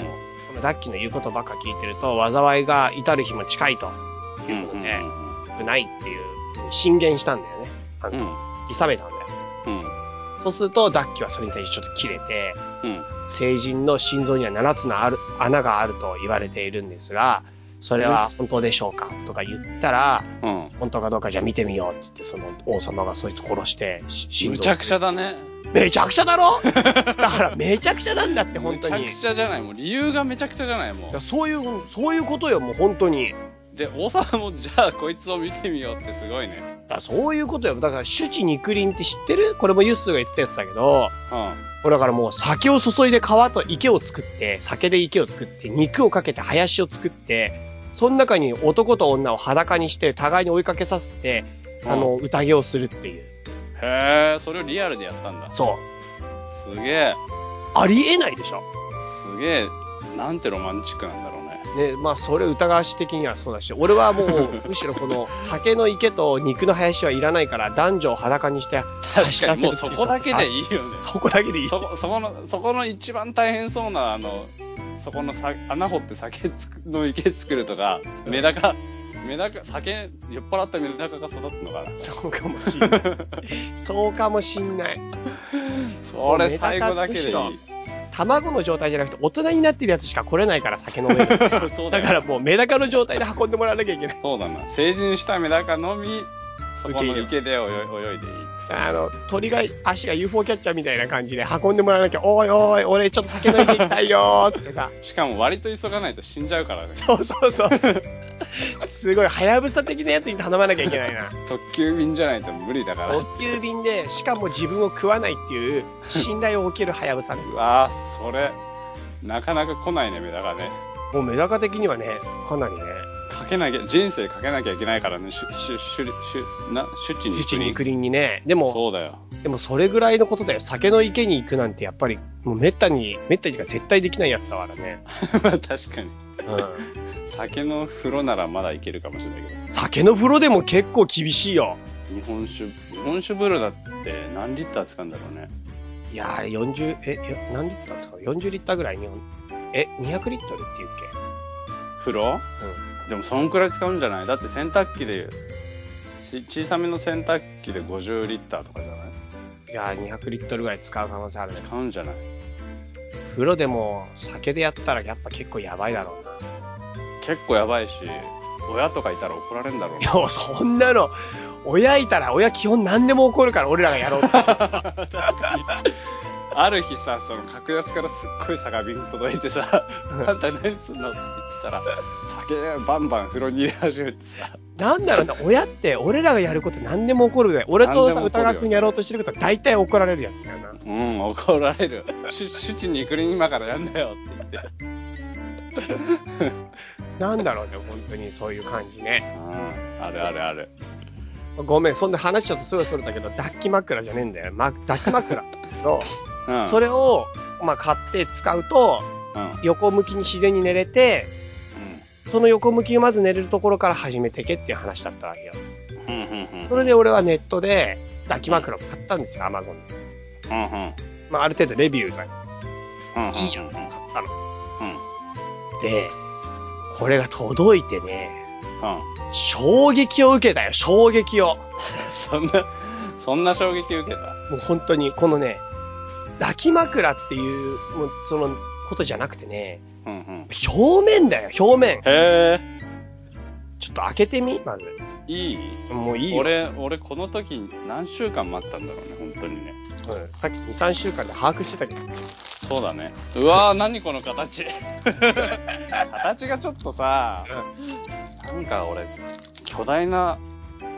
A: このダッキの言うことばっか聞いてると、災いが至る日も近いと、
B: う
A: いうことで、
B: ん。
A: 良くないっていう、進言したんだよね。あ
B: う
A: の、
B: ん。
A: 諌めたんだよ。
B: うん。
A: そうすると、ダッキはそれに対してちょっと切れて、
B: うん。
A: 成人の心臓には7つのある穴があると言われているんですが、それは本当でしょうかとか言ったら、
B: うん。
A: 本当かどうかじゃあ見てみようって言って、その王様がそいつ殺して、し心臓。
B: むちゃくちゃ。だね。
A: めちゃくちゃだろだからめちゃくちゃなんだって、
B: む
A: 本当
B: ちゃ
A: に。い
B: くちゃじゃない。もう理由がめちゃくちゃじゃない、も
A: やそういう、そういうことよ、もう本当に。
B: う。で、王様も、じゃあこいつを見てみようってすごいね。
A: だからそういうことよ。だから、手地肉林って知ってるこれもユッスーが言ってたやつだけど、
B: う
A: これだからもう酒を注いで川と池を作って、酒で池を作って、肉をかけて林を作って、その中に男と女を裸にして、互いに追いかけさせて、
B: ん。
A: あの、宴をするっていう。
B: うん。へえ、それをリアルでやったんだ。
A: そう。
B: すげえ。
A: ありえないでしょ。
B: すげえ。なんてロマンチックなんだろうね。
A: ね、まあそれ疑わし的にはそうだし、俺はも [LAUGHS] う、むしろこの酒の池と肉の林はいらないから、男女を裸にして、
B: 確かに、もうそこだけでいいよね。
A: そこだけでいい。
B: そこ、そこの、そこの一番大変そうな、あの、そこのさ穴掘って酒つくの池作るとか、
A: うん
B: メダカ、メダカ、酒、酔っ払ったメダカが育つのかな。
A: そうかも [LAUGHS] しんない。そうかもしんない。
B: それ最後だけでいい。
A: む卵の状態じゃなくて、大人になってるやつしか来れないから酒飲める。
B: そう
A: だ
B: だよ
A: からもうメダカの状態で運んでもらわなきゃいけない。
B: そうだな。成人したメダカのみ、そこの池で泳い泳いでいい。
A: あの、鳥が足が UFO キャッチャーみたいな感じで運んでもらわなきゃ、おいおい、俺ちょっと酒飲んでいきたいよーってさ。
B: しかも割と急がないと死んじゃうからね。
A: そうそうそう。すごい、はやぶさ的なやつに頼まなきゃいけないな。
B: 特急便じゃないと無理だから。
A: 特急便で、しかも自分を食わないっていう信頼を受けるはやぶさね。
B: うわぁ、それ、なかなか来ないね、メダカね。
A: もうメダカ的にはね、かなりね、
B: かけなきゃ、人生かけなきゃいけないからね、しゅ、しゅ、しゅ、しゅな、しゅちに
A: 自
B: 行く
A: 治
B: に
A: にクリンにね。でも、
B: そうだよ。 [LAUGHS]
A: でもそれぐらいのことだよ。酒の池に行くなんてやっぱり、もう滅多に、滅多にか絶対できないやつだからね。
B: まあ確かに。
A: うん。
B: 酒の風呂ならまだいけるかもしれないけ
A: 酒の風呂でも結構厳しいよ。
B: ど。日本酒、日本酒風呂だって何リッター使うんだろうね。
A: いやー、あれ40、え、よ何リッターですか ?40 リッターぐらい日本。え、200リットルっていうっ
B: 風呂
A: け
B: でもそんくらい使うんじゃないだって洗濯機で、し小さめの洗濯機で50リッターとかじゃない
A: うん。いやー、200リットルぐらい使う可能性あるね。
B: 使うんじゃない
A: 風呂でも酒でやったらやっぱ結構やばいだろうな。 [LAUGHS]
B: 結構やばいし、親とかいたら怒られるんだろう
A: いや、そんなの、親いたら親基本何でも怒るから俺らがやろうと。 [LAUGHS]
B: ある日さ、その格安からすっごい酒瓶届いてさ、あんた何すんのって言ったら、酒バンバン風呂に入れ始めてさ、
A: なんだろうな、親って俺らがやること何でも怒るで。俺と
B: 何で
A: さ、
B: も怒
A: 歌
B: るよ
A: 川くんやろうとしてること大体怒られるやつだよな。
B: うん、怒られる。し、主治に行くりに今からやんなよって言って。
A: なんだろうね、本当にそういう感じね。
B: うん、あるあるある。
A: ごめん、そんな話ちょっとそろそろだけど、脱気枕じゃねえんだよ。ま、脱気 [LAUGHS] 枕。そう。
B: うん。
A: それを、まあ、買って使うと、
B: うん。
A: 横向きに自然に寝れて、その横向きにまず寝れるところから始めてけっていう話だったわけよ。
B: うん。うん。うん。うん。
A: それで俺はネットで抱き枕を買ったんですよ、アマゾンで。
B: うん。うん。
A: まあ、ある程度レビューがい
B: うん。
A: いじゃん、買ったの。
B: うん。
A: で、これが届いてね、
B: うん。
A: 衝撃を受けたよ、衝撃を。
B: そんな、そんな衝撃受けた。
A: もう本当に、このね、抱き枕っていう、もうそのことじゃなくてね、
B: うんうん。
A: 表面だよ、表面。
B: へえ、
A: ちょっと開けてみ、まず。
B: いい
A: もういいよ。
B: 俺、俺この時何週間待ったんだろうね、本当にね。
A: うん、さっき2、3週間で把握してたけど。
B: そうだね。うわー、何この形。形がちょっとさ、なんか俺、巨大な、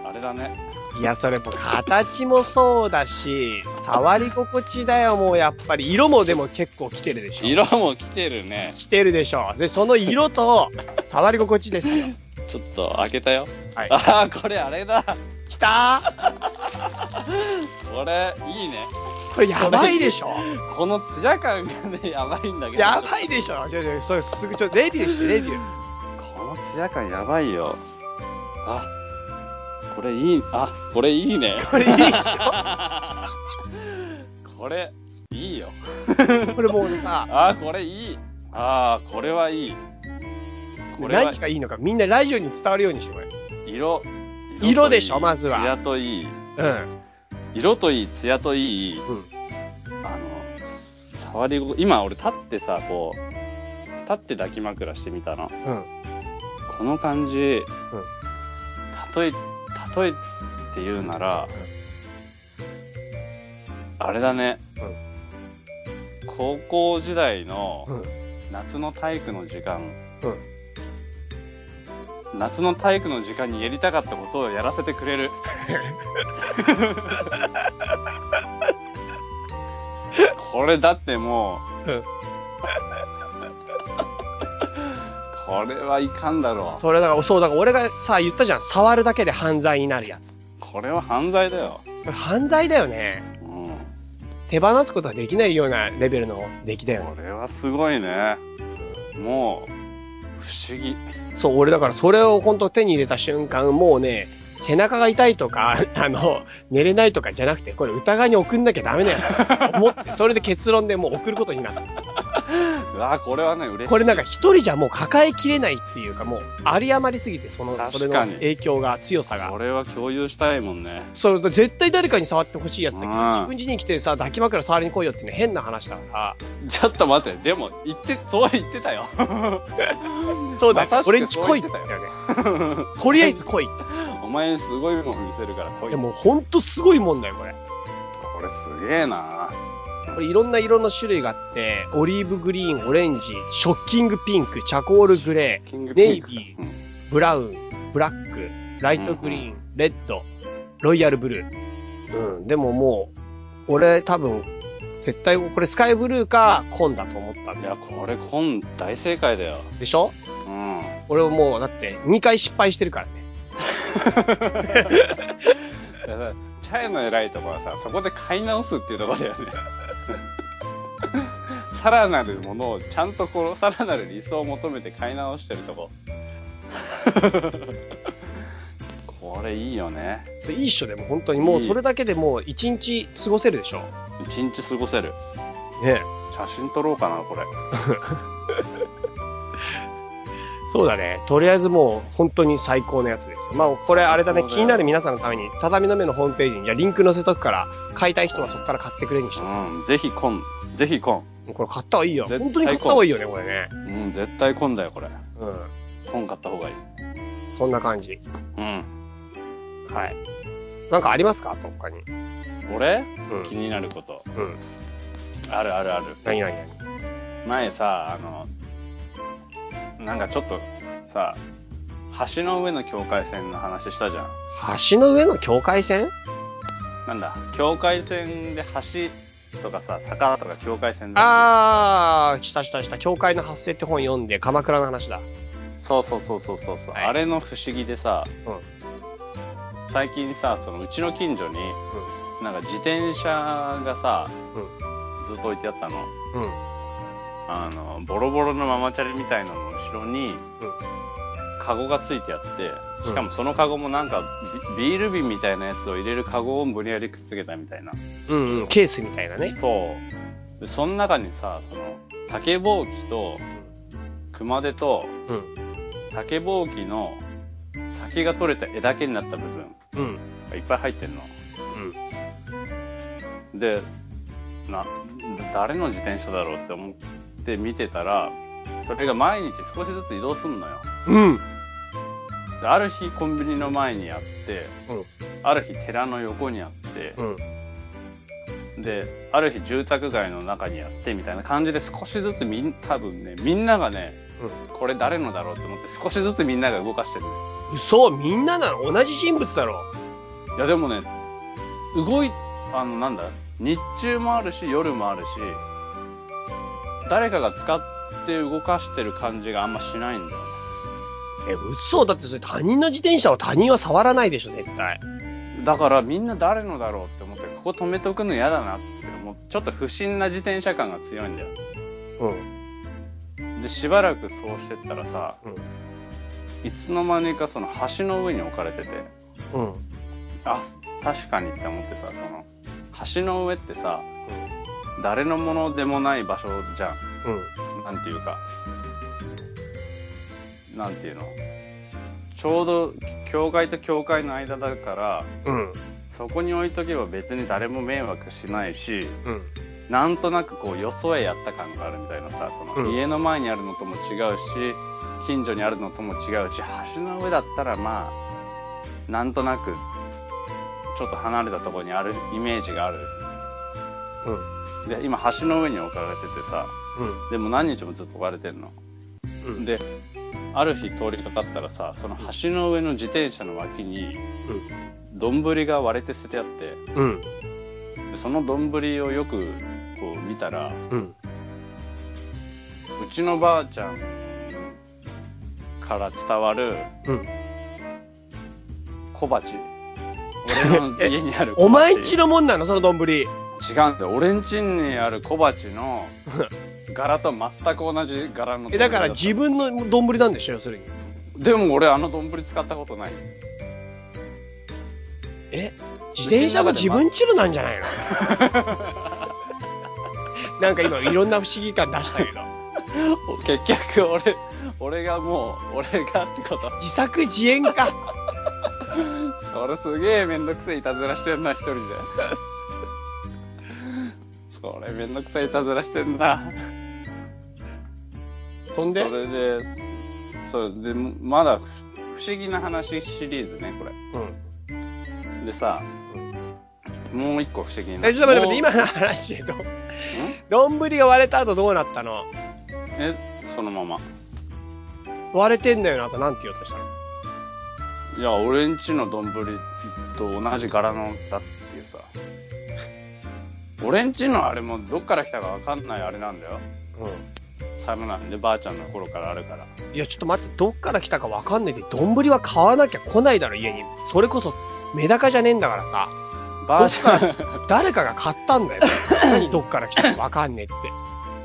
B: あれだね。
A: いや、それもう形もそうだし、触り心地だよ、もうやっぱり。色もでも結構来てるでしょ。
B: 色も来てるね。
A: 来てるでしょ。で、その色と、触り心地ですよ。
B: ちょっと開けたよ。
A: はい
B: ああ、これあれだ。
A: きたー
B: これ、いいね。
A: これやばいでしょ
B: このツヤ感がね、やばいんだけど。
A: やばいでしょちょ、ちょ、それすぐ、ちょ、レビューして、レビュー。
B: このツヤ感やばいよ。あ、これいい、あ、これいいね。
A: これいいでし
B: これ、いいよ。
A: ょこれもうさ、
B: あ、これいい。ああ、これはいい。これは
A: 何がいいのか、みんなラジオに伝わるようにしてこれ。
B: 色。といい
A: 色でしょまずは
B: ツヤといい。
A: うん。
B: 色といい、ツヤといい。
A: うん
B: あの、触り心、今俺立ってさ、こう、立って抱き枕してみた
A: う
B: の。
A: ん。
B: この感じ、例え、例えって言うなら、あれだね、高校時代の
A: うん
B: 夏の体育の時間、
A: うん
B: 夏の体育の時間にやりたかったことをやらせてくれる。これだってもう、
A: うん
B: これはいかんだろう。
A: それだから、そう、だから俺がさ、言ったじゃん。触るだけで犯罪になるやつ。
B: これは犯罪だよ。
A: これ犯罪だよね。
B: うん。
A: 手放すことはできないようなレベルの出来だよね。
B: これはすごいね。もう、不思議。
A: そう、俺だからそれを本当手に入れた瞬間、もうね、背中が痛いとか、 [LAUGHS] あの、寝れないとかじゃなくて、これ疑いに送んなきゃダメだよ。思って、それで結論でもう送ることになった。
B: うわこれはね、嬉しい。
A: これなんか一人じゃもう抱えきれないっていうか、もうあり余りすぎて、その、
B: 確かに
A: それの影響が、強さが
B: こ。れは共有したいもんね。
A: それ絶対誰かに触ってほしいやつだけど、
B: うん
A: 自分家に来てさ、抱き枕触りに来いよってね、変な話だか
B: ちょっと待って、でも、言って、そう言ってたよ。
A: ら。そうだ
B: ま、さしく
A: 俺んち来いって
B: そう
A: 言
B: 言
A: っ
B: ったて
A: よね。 [LAUGHS] とりあえず来い。
B: お前にすごいもん見せるから来い。
A: でもほんとすごいもんだよ、これ。
B: これすげえな。
A: これいろんな色の種類があって、オリーブグリーン、オレンジ、ショッキングピンク、チャコールグレ
B: キングピンクか。
A: ネイビー、ブラウン、ブラック、ライトグリーン、レッド、ロイヤルブルー。うん、でももう、俺多分、絶対これスカイブルーか、紺だと思った
B: うんん
A: だよ。
B: いや、これ、こん、大正解だよ。
A: でしょ
B: うん。
A: 俺はもう、だって、2回失敗してるからね。
B: だからチャイの偉いところはさ、そこで買い直すっていうところだよね。 [LAUGHS] さらなるものをちゃんとこのさらなる理想を求めて買い直してるとこ。 [LAUGHS] これいいよね。
A: それいいっしょ、でも本当に。もうそれだけでもう1日過ごせるでしょ。
B: 一日過ごせる。
A: ね
B: 写真撮ろうかな、これ。
A: そうだね。とりあえずもう本当に最高のやつですよ。まあこれあれだね、
B: そうだ
A: 気
B: よ
A: になる皆さんのために、畳の目のホームページに、じゃあリンク載せとくから、買いたい人はそこから買ってくれにしと
B: うん、ぜひこん。ぜひこ
A: く。これ買った方がいいよ。
B: 絶対
A: 本当に買った方がいいよね、これね。
B: ん。うん、絶対こんだよ、これ。
A: うん。
B: こん買った方がいい。
A: そんな感じ。
B: うん。
A: はい。なんかありますかとかに。う
B: 俺
A: ん
B: 気。になること。
A: うん。
B: あるあるある。
A: 何々何
B: 前さあのなんかちょっとさ橋の上の境界線の話したじゃん
A: 橋の上の境界線
B: なんだ境界線で橋とかさ坂とか境界線だ
A: あー、したしたした。境界の発生って本読んで、鎌倉の話だ。
B: そうそうそうそうそうそう、
A: はい
B: あれの不思議でさ、最近さそのうちの近所に、なんか自転車がさ、ずっと置いてあったの
A: うん。
B: あのボロボロのママチャリみたいなのの後ろに、カゴがついてあってしかもそのカゴもなんかビビール瓶みたいなやつを入れるカゴを無理やりくっつけたみたいな
A: うんうん。ケースみたいなね。
B: そうでその中にさその竹ぼうきと熊手と
A: うん。
B: 竹ぼうきの先が取れた枝毛になった部分
A: うん。
B: がいっぱい入ってんの
A: うん。
B: でな誰の自転車だろうって思って見てたらそれが毎日少しずつ移動すんのよ
A: うん。
B: である日コンビニの前にあって、
A: うん
B: ある日寺の横にあって、
A: うん。
B: である日住宅街の中にあってみたいな感じで少しずつみん多分ねみんながね、これ誰のだろうと思って少しずつみんなが動かしてる
A: 嘘みんななの同じ人物だろ。
B: いやでもね動いあのなんだ日中もあるし夜もあるし誰かが使って動かしてる感じがあんましないんだよね
A: え、嘘だってそれ他人の自転車は他人は触らないでしょ、絶対。
B: だからみんな誰のだろうって思って、ここ止めとくの嫌だなって思って、ちょっと不審な自転車感が強いんだよ。
A: うん。
B: で、しばらくそうしてったらさ、
A: うん
B: いつの間にかその橋の上に置かれてて、
A: うん。うん。
B: あ、確かにって思ってさ、その、橋の上ってさ、誰のものでもない場所じゃん。
A: うん。
B: なんていうか、なんていうの、ちょうど教会と教会の間だから、
A: うん。
B: そこに置いとけば別に誰も迷惑しないし、
A: うん。
B: なんとなくこう、よそへやった感があるみたいなさ、その
A: うん
B: 家の前にあるのとも違うし、近所にあるのとも違うし、橋の上だったらまあ、なんとなく、ちょっと離れたところにあるイメージがある。
A: うん。
B: で、今橋の上に置かれててさ、
A: うん。
B: でも何日もずっと置かれてんの。
A: うん。
B: で、ある日通りかかったらさ、その橋の上の自転車の脇に、丼が割れて捨ててあって、
A: うん。うん。
B: でその丼をよくこう見たら、
A: うん。
B: うちのばあちゃんから伝わる
A: うん。
B: 小
A: [LAUGHS]
B: 鉢。俺の
A: え
B: 家にある
A: お
B: 小
A: 前
B: 鉢。
A: んちのもんなのその丼。違
B: 違うんだよ。俺んちにある小鉢
A: [LAUGHS]
B: の柄と全く同じ柄の丼
A: え、だから自分の丼なんでしょ、要するに。
B: でも俺あの丼使ったことない。
A: え自転車も自分チルなんじゃ [LAUGHS] ないのなんか今いろんな不思議感出したけど。
B: 結局俺、俺がもう、俺がってこと
A: 自作自演か。
B: それすげえめんどくせえいたずらしてんな、一人で。それめんどくさいいたずらしてんな。
A: そん
B: そ
A: で、
B: れで、そう、で、まだふ不思議な話シリーズね、これ。
A: うん。
B: でさ、もう一個不思議な。
A: え、ちょっと待って待って、
B: もう
A: 今の話でど、
B: ん
A: 丼が割れた後どうなったの
B: え、そのまま。
A: 割れてんだよな、あとなんて言おうとしたの
B: いや、俺んちの丼と同じ柄のだっていうさ。俺んちのあれもどっから来たかわかんないあれなんだよ。
A: う
B: サムなんで、ばあちゃんの頃からあるから。
A: ん。いや、ちょっと待って、どっから来たかわかんないけど、丼は買わなきゃ来ないだろ、家に。それこそ、メダカじゃねえんだからさ。
B: ばあちゃん、
A: 誰かが買ったん
B: [LAUGHS]
A: だよ。何どっから来たかわかんねえって。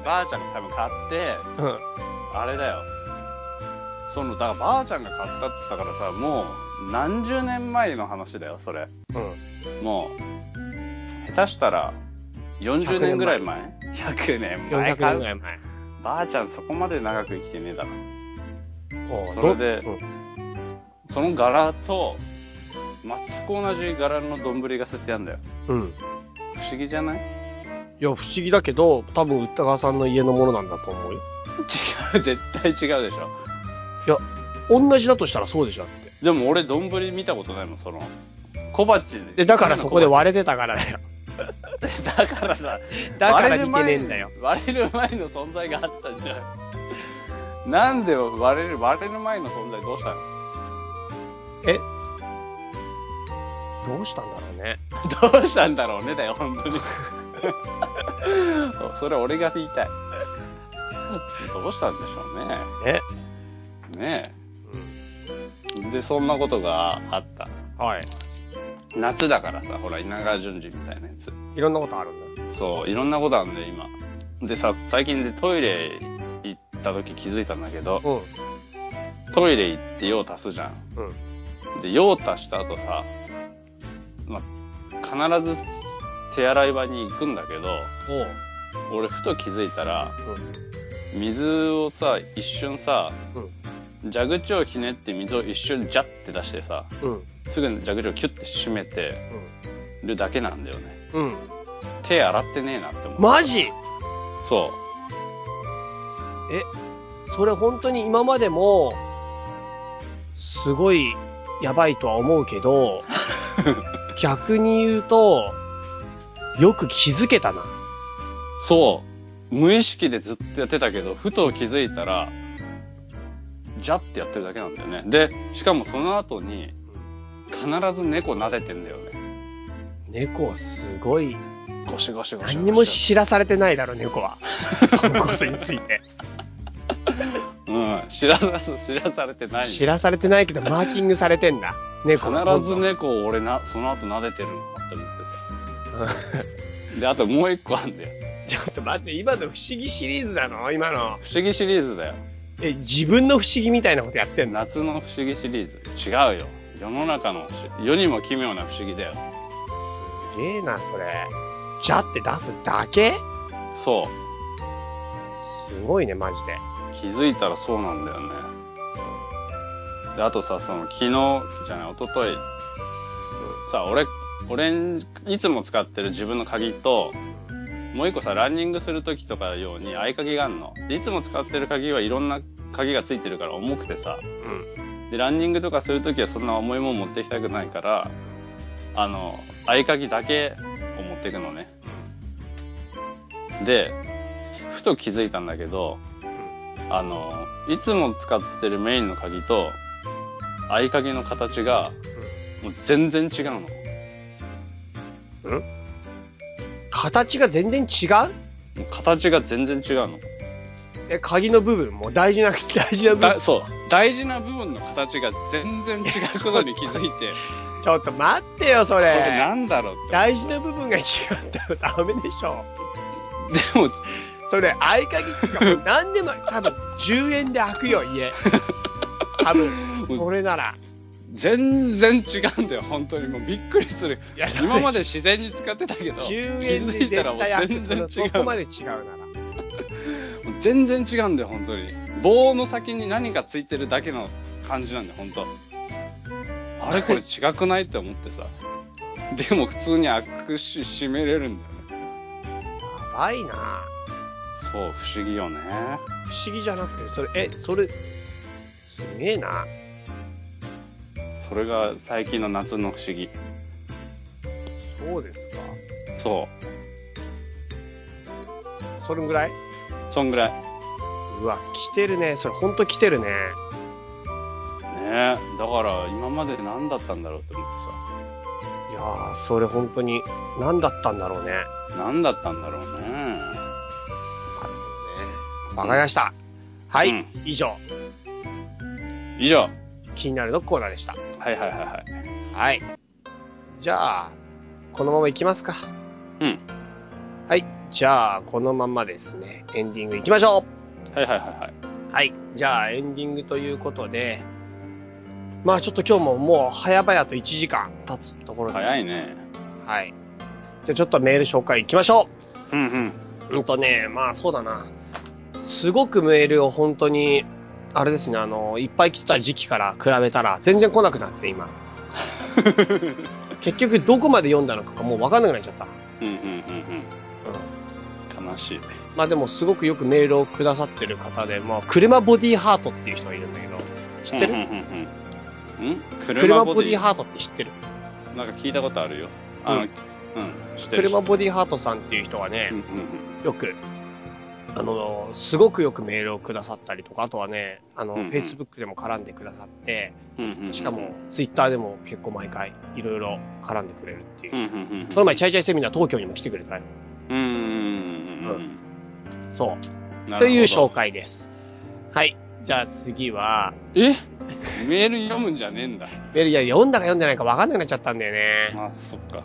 B: ばあちゃんが多分買って、
A: うん。
B: あれだよ。その、だからばあちゃんが買ったって言ったからさ、もう何十年前の話だよ、それ。
A: うん。
B: もう、下手したら40年ぐらい前 ?100 年前
A: 400
B: か。
A: 年ぐらい前。
B: ばあちゃんそこまで長く生きてねえだろ。
A: おう
B: それで
A: どうん
B: その柄と、全く同じ柄の丼が捨ててあんだよ。
A: うん。
B: 不思議じゃない [LAUGHS]
A: いや、不思議だけど、多分、歌川さんの家のものなんだと思うよ。
B: 違う、絶対違うでしょ。
A: 同じだとしたらそうでしょだって。
B: でも俺丼見たことないもん、その。小鉢
A: で、だからそこで割れてたからだよ。
B: [LAUGHS] だからさ、
A: だから似てねえんだよ。
B: 割れる前の存在があったんじゃ [LAUGHS] ん。なんで割れる、割れる前の存在どうした
A: どうしたんだろうね。
B: の [LAUGHS] どうしたんだろうねだよ、本当に。 [LAUGHS] それ俺が言いたい。どうしたんでしょう
A: え
B: ね。ね
A: うん。
B: え。で、そんなことがあった。
A: はい。
B: 夏だからさ、ほら、稲川淳二みたいなやつ。
A: いろんなことあるんだ。
B: そう、いろんなことあるんで、今。でさ、最近でトイレ行った時気づいたんだけど、
A: うん。
B: トイレ行って用足すじゃん。
A: うん。
B: で、用足した後さ、まあ、必ず手洗い場に行くんだけど、
A: おう。
B: 俺ふと気づいたら、水をさ、一瞬さ、蛇口をひねって水を一瞬ジャッて出してさ、
A: うん。うん。
B: すぐに蛇口をキュッて閉めてるだけなんだよね。
A: うん。うん。
B: 手洗ってねえなって思う。
A: マジ
B: そ
A: それ本当に今までも、すごいやばいとは思うけ
B: [LAUGHS]
A: ど、逆に言うと、よく気づけたな。
B: う。そう。無意識でずっとやってたけど、ふと気づいたら、ジャッてやってるだけなんだよね。で、しかもその後に、必ず猫撫でてんだよね。
A: 猫すごい、
B: ゴシゴシゴシゴシ
A: 何
B: [LAUGHS]
A: にも知らされてないだろ、猫は。このことについて。
B: ううん、知らさ、知らされてない。
A: 知らされてないけど、マーキングされてんだ。猫が
B: 必ず。猫を俺な、その後撫でてるのって思ってさ。
A: [LAUGHS]
B: で、あともう一個あんだよ。
A: ちょっと待って、今の不思議シリーズなの今の。
B: 不思議シリーズだよ。
A: え、自分の不思議みたいなことやってんの
B: 夏の不思議シリーズ。違うよ。世の中の不思議世にも奇妙な不思議だよ。
A: すげえな、それ。じゃって出すだけ
B: そう。
A: すごいね、マジで。
B: 気づいたらそうなんだよね。で、あとさ、その、昨日、じゃない、一昨日さ、俺、俺ん、いつも使ってる自分の鍵と、もう一個さ、ランニングする時とか用に合鍵があんの。でいつも使ってる鍵はいろんな鍵がついてるから重くてさ、
A: うん。
B: で、ランニングとかする時はそんな重いもん持ってきたくないから、あの、合鍵だけを持ってくのね。で、ふと気づいたんだけど、あの、いつも使ってるメインの鍵と、合鍵の形が、もう全然違うの。
A: 形が全然違う
B: もう形が全然違うの。
A: え、鍵の部分も大事な、 [LAUGHS] 大事な部分
B: だ。そう。大事な部分の形が全然違うことに気づいて、
A: ちょっと待ってよ、そ
B: これな
A: れ。
B: んだろうって。
A: 大事な部分が違ったらダメでしょ。
B: でも、
A: それ、合鍵ってかも
B: [LAUGHS]
A: う何でも、多分、10円で開くよ、家。多
B: [LAUGHS]
A: 分、それなら。
B: 全然違うんだよ、本当に。もうびっくりする。
A: いや
B: [LAUGHS]
A: [LAUGHS]
B: 今まで自然に使ってたけど、気
A: 10円で
B: づい
A: 絶
B: たらもう
A: 対開
B: 全
A: く。そ
B: 然違
A: の
B: う。
A: そこまで違うなら。
B: もう全然違うんだよ、本当に。棒の先に何かついてるだけの感じなんだよ、本当。あれこれ違くないって思ってさ。 [LAUGHS] でも普通に握手しめれるんだよね。
A: やばいな
B: そう、不思議よね。
A: 不思議じゃなくて、それ、え、それ、すげえな。
B: それが最近の夏の不思議。
A: そうですか。
B: そ。
A: それぐらいう
B: そんぐらい。ね
A: うわ、来てるね。それ、ほんと来てるね。
B: え。だから今まで何だったんだろうって思ってさ。
A: いやー、それ本当に、何だったんだろうね。
B: 何だったんだろうね。
A: わかりました。はい、
B: うん
A: 以上、
B: 以上。
A: 気になるのコーナーでした。
B: はいはいはいはい。
A: はい。じゃあ、このまま行きますか。
B: うん。
A: はい。じゃあ、このままですね、エンディング行きましょ
B: はいはいはいはい。
A: うはい。じゃあ、エンディングということで、まあちょっと今日ももう早々と1時間経つところです。
B: 早い。ね。
A: はい。じゃあちょっとメール紹介行きましょう
B: うんうん。
A: うんとね、まあそうだな。すごくメールを本当に、あれですね、あの、いっぱい来てた時期から比べたら、全然来なくなって
B: [LAUGHS]
A: 今。結局どこまで読んだのかがもうわかんなくなっちゃった。
B: うんうんうんうん。悲しい。
A: まあでもすごくよくメールをくださってる方で、まあ車ボディハートっていう人がいるんだけど、知ってる、
B: うんうんうんうんん
A: 車
B: 車
A: ボ
B: ボ
A: デ
B: デ
A: ィ
B: ィ
A: ハートって知ってる
B: なんか聞いたことあるよ。あ
A: う
B: の、うんん、知ってる。
A: 車ボディハートさんっていう人はね
B: うん、うん
A: よく、あの、すごくよくメールをくださったりとか、あとはね、あの、
B: うんうん
A: Facebook でも絡んでくださって、
B: うんうんうん。
A: しかも、ツイッターでも結構毎回、いろいろ絡んでくれるっていう。
B: うんうんうんうん。
A: その前、チャイチャイセミナー東京にも来てくれたよ。
B: うんうんうんうん。
A: そう。
B: なるほど
A: という紹。介です。はい。じゃあ次は、
B: えメール読むんじゃねえんだ。
A: メールいや読んだか読んでないか分かんなくなっちゃったんだよね。
B: あ、そっか。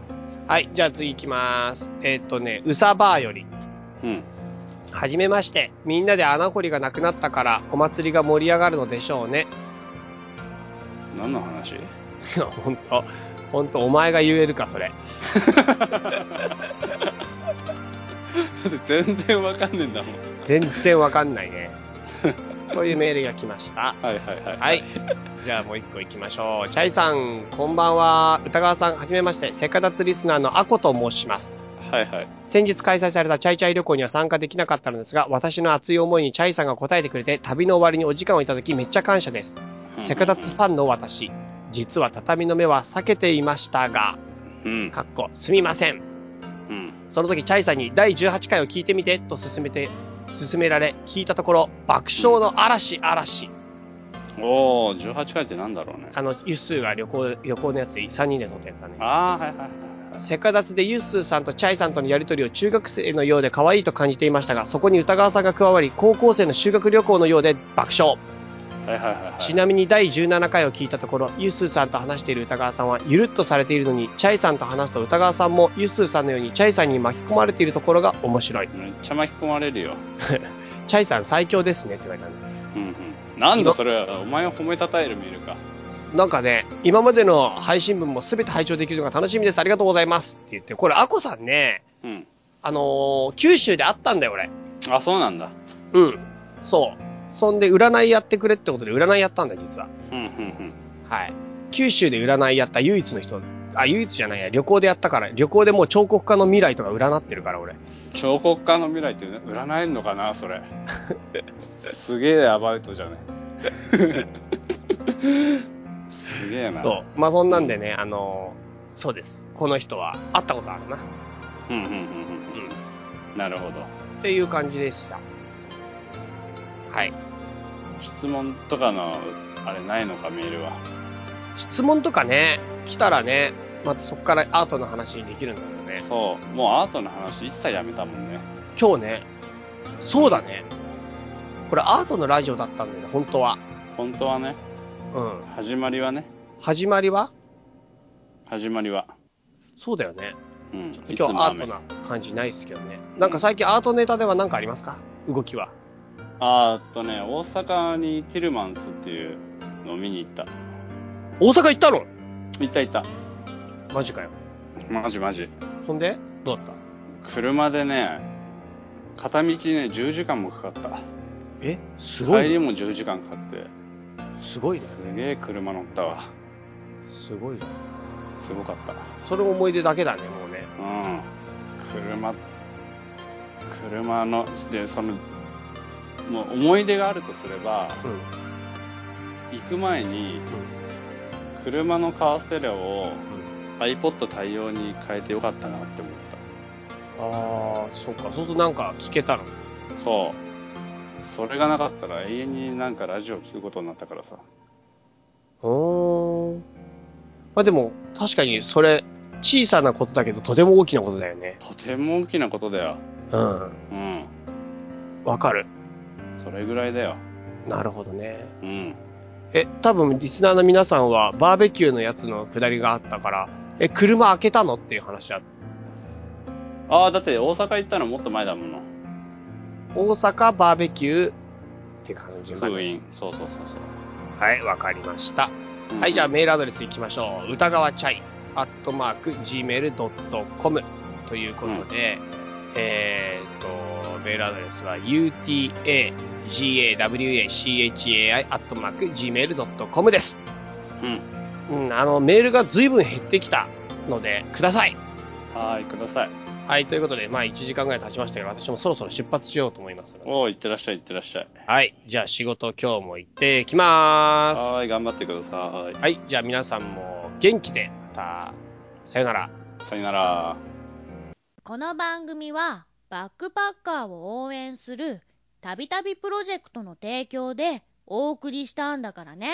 A: はい。じゃあ次行きます。えっ、とね、うさばーより。
B: うん。
A: はじめまして。みんなで穴掘りがなくなったから、お祭りが盛り上がるのでしょうね。
B: 何の
A: い
B: 話 [LAUGHS]
A: やほんと。ほんと、お前が言えるか、それ。
B: 全然わかんねえんだもん。
A: 全然分かんないね。そういうメールが来ました。
B: はいはいはい。
A: はい。じゃあもう一個行きましょう。チャイさん、こんばんは。歌川さん、はじめまして。セカダツリスナーのアコと申します。
B: はいはい。
A: 先日開催されたチャイチャイ旅行には参加できなかったのですが、私の熱い思いにチャイさんが答えてくれて、旅の終わりにお時間をいただき、めっちゃ感謝です。セカダツファンの私、実は畳の目は避けていましたが、
B: うん。
A: かっこ、すみません。
B: うん。
A: その時チャイさんに第18回を聞いてみて、と勧めて、勧められ、聞いたところ、爆笑の嵐嵐。
B: おー、18回ってなんだろうね。
A: あの、ユッスーが旅行、旅行のやつで3人で撮ったやつだね。
B: あー、はいはいはい
A: セカダツでユッスーさんとチャイさんとのやりとりを中学生のようで可愛いと感じていましたが、そこに歌川さんが加わり、高校生の修学旅行のようで爆笑。
B: はいはいはいはい。
A: ちなみに第17回を聞いたところ、ユッスーさんと話している歌川さんは、ゆるっとされているのに、チャイさんと話すと歌川さんも、ユッスーさんのようにチャイさんに巻き込まれているところが面白い。
B: めっちゃ巻き込まれるよ。
A: チャイさん最強ですねって言われたんだ。
B: うんうん。なんだそれは、お前を褒めたたえる見るか。
A: なんかね、今までの配信分も全て拝聴できるのが楽しみです。ありがとうございます。って言って、これ、アコさんね、
B: うん。
A: あのー九州で会ったんだよ、俺。
B: あ、そうなんだ。
A: うん。そう。そんで、占いやってくれってことで占いやったんだよ、実は。
B: うんうん
A: はい。九州で占いやった唯一の人、あ、唯一じゃないや、旅行でやったから、旅行でもう彫刻家の未来とか占ってるから、俺。
B: うん。彫刻家の未来って占えんのかな、
A: [LAUGHS]
B: それ。すげえアバウトじゃね。すげえな。
A: そう。まあ、そんなんでね、あのーそうです。この人は会ったことあるな。
B: うんうんうんうんうん。なるほど。
A: っていう感じでした。はい。
B: 質問とかの、あれないのか、メールは。
A: 質問とかね、来たらね、またそこからアートの話にできるんだけどね。
B: そう。もうアートの話一切やめたもんね。
A: 今日ね、そうだね。これアートのラジオだったんだよね、本当は。
B: 本当はね、
A: うん。
B: 始まりはね、
A: 始まりは
B: 始まりは。
A: そうだよね。
B: うん。いつ
A: 今日
B: も
A: アー
B: 雨
A: ト。な感じないですけどね。なんか最近アートネタでは何かありますか動きは。
B: あーっとね、大阪にティルマンスっていうのを見に行った。
A: 大阪行ったの
B: 行った行った。
A: マジかよ。
B: マジマジ。
A: そんでどうだった
B: 車でね、片道ね、10時間もかかった。
A: えす
B: 帰
A: ね
B: りも10時間かかって。
A: すごいね。
B: すげえ車乗ったわ。
A: すごいね。
B: すごかった。
A: それ思い出だけだね、もうね。
B: うん。車、車の、で、その、もう思い出があるとすれば、
A: うん。うん。
B: 行く前に、車のカーステレオを iPod 対応に変えてよかったなって思っ
A: あー、そっか。そうするとなんか聞けたの。
B: た。そう。それがなかったら永遠になんかラジオ聞くことになったからさ。
A: うーん。まあでも、確かにそれ、小さなことだけど、とても大きなことだよね。
B: とても大きなことだよ。
A: うん。
B: うん。
A: わかる。
B: それぐらいだよ。
A: なるほどね。
B: うん。
A: え、多分、リスナーの皆さんは、バーベキューのやつの下りがあったから、え、車開けたのっていう話だ。
B: ああ、だって大阪行ったのもっと前だもの。
A: 大阪バーベキューって感じま
B: 封
A: で。
B: 印。そうそうそうそう。
A: はい、わかりました。
B: うん
A: はい、じゃあメールアドレス行きましょう。歌川チャイ、アットマーク、gmail.com ということで、えーっと、メールアドレスは utagawachai、アットマーク、gmail.com です。
B: うん。
A: うん、あの、メールが随分減ってきたので、ください。
B: はーい、ください。
A: はい、ということで、まあ1時間ぐらい経ちましたけど、私もそろそろ出発しようと思いますので。
B: おお、いってらっしゃい、いってらっしゃい。
A: はい、じゃあ仕事今日も行ってきまーす。
B: はーい、頑張ってください。
A: はい、じゃあ皆さんも元気で、また、さよなら。
B: さよなら。
C: この番組はバックパッカーを応援するたびたびプロジェクトの提供でお送りしたんだからね。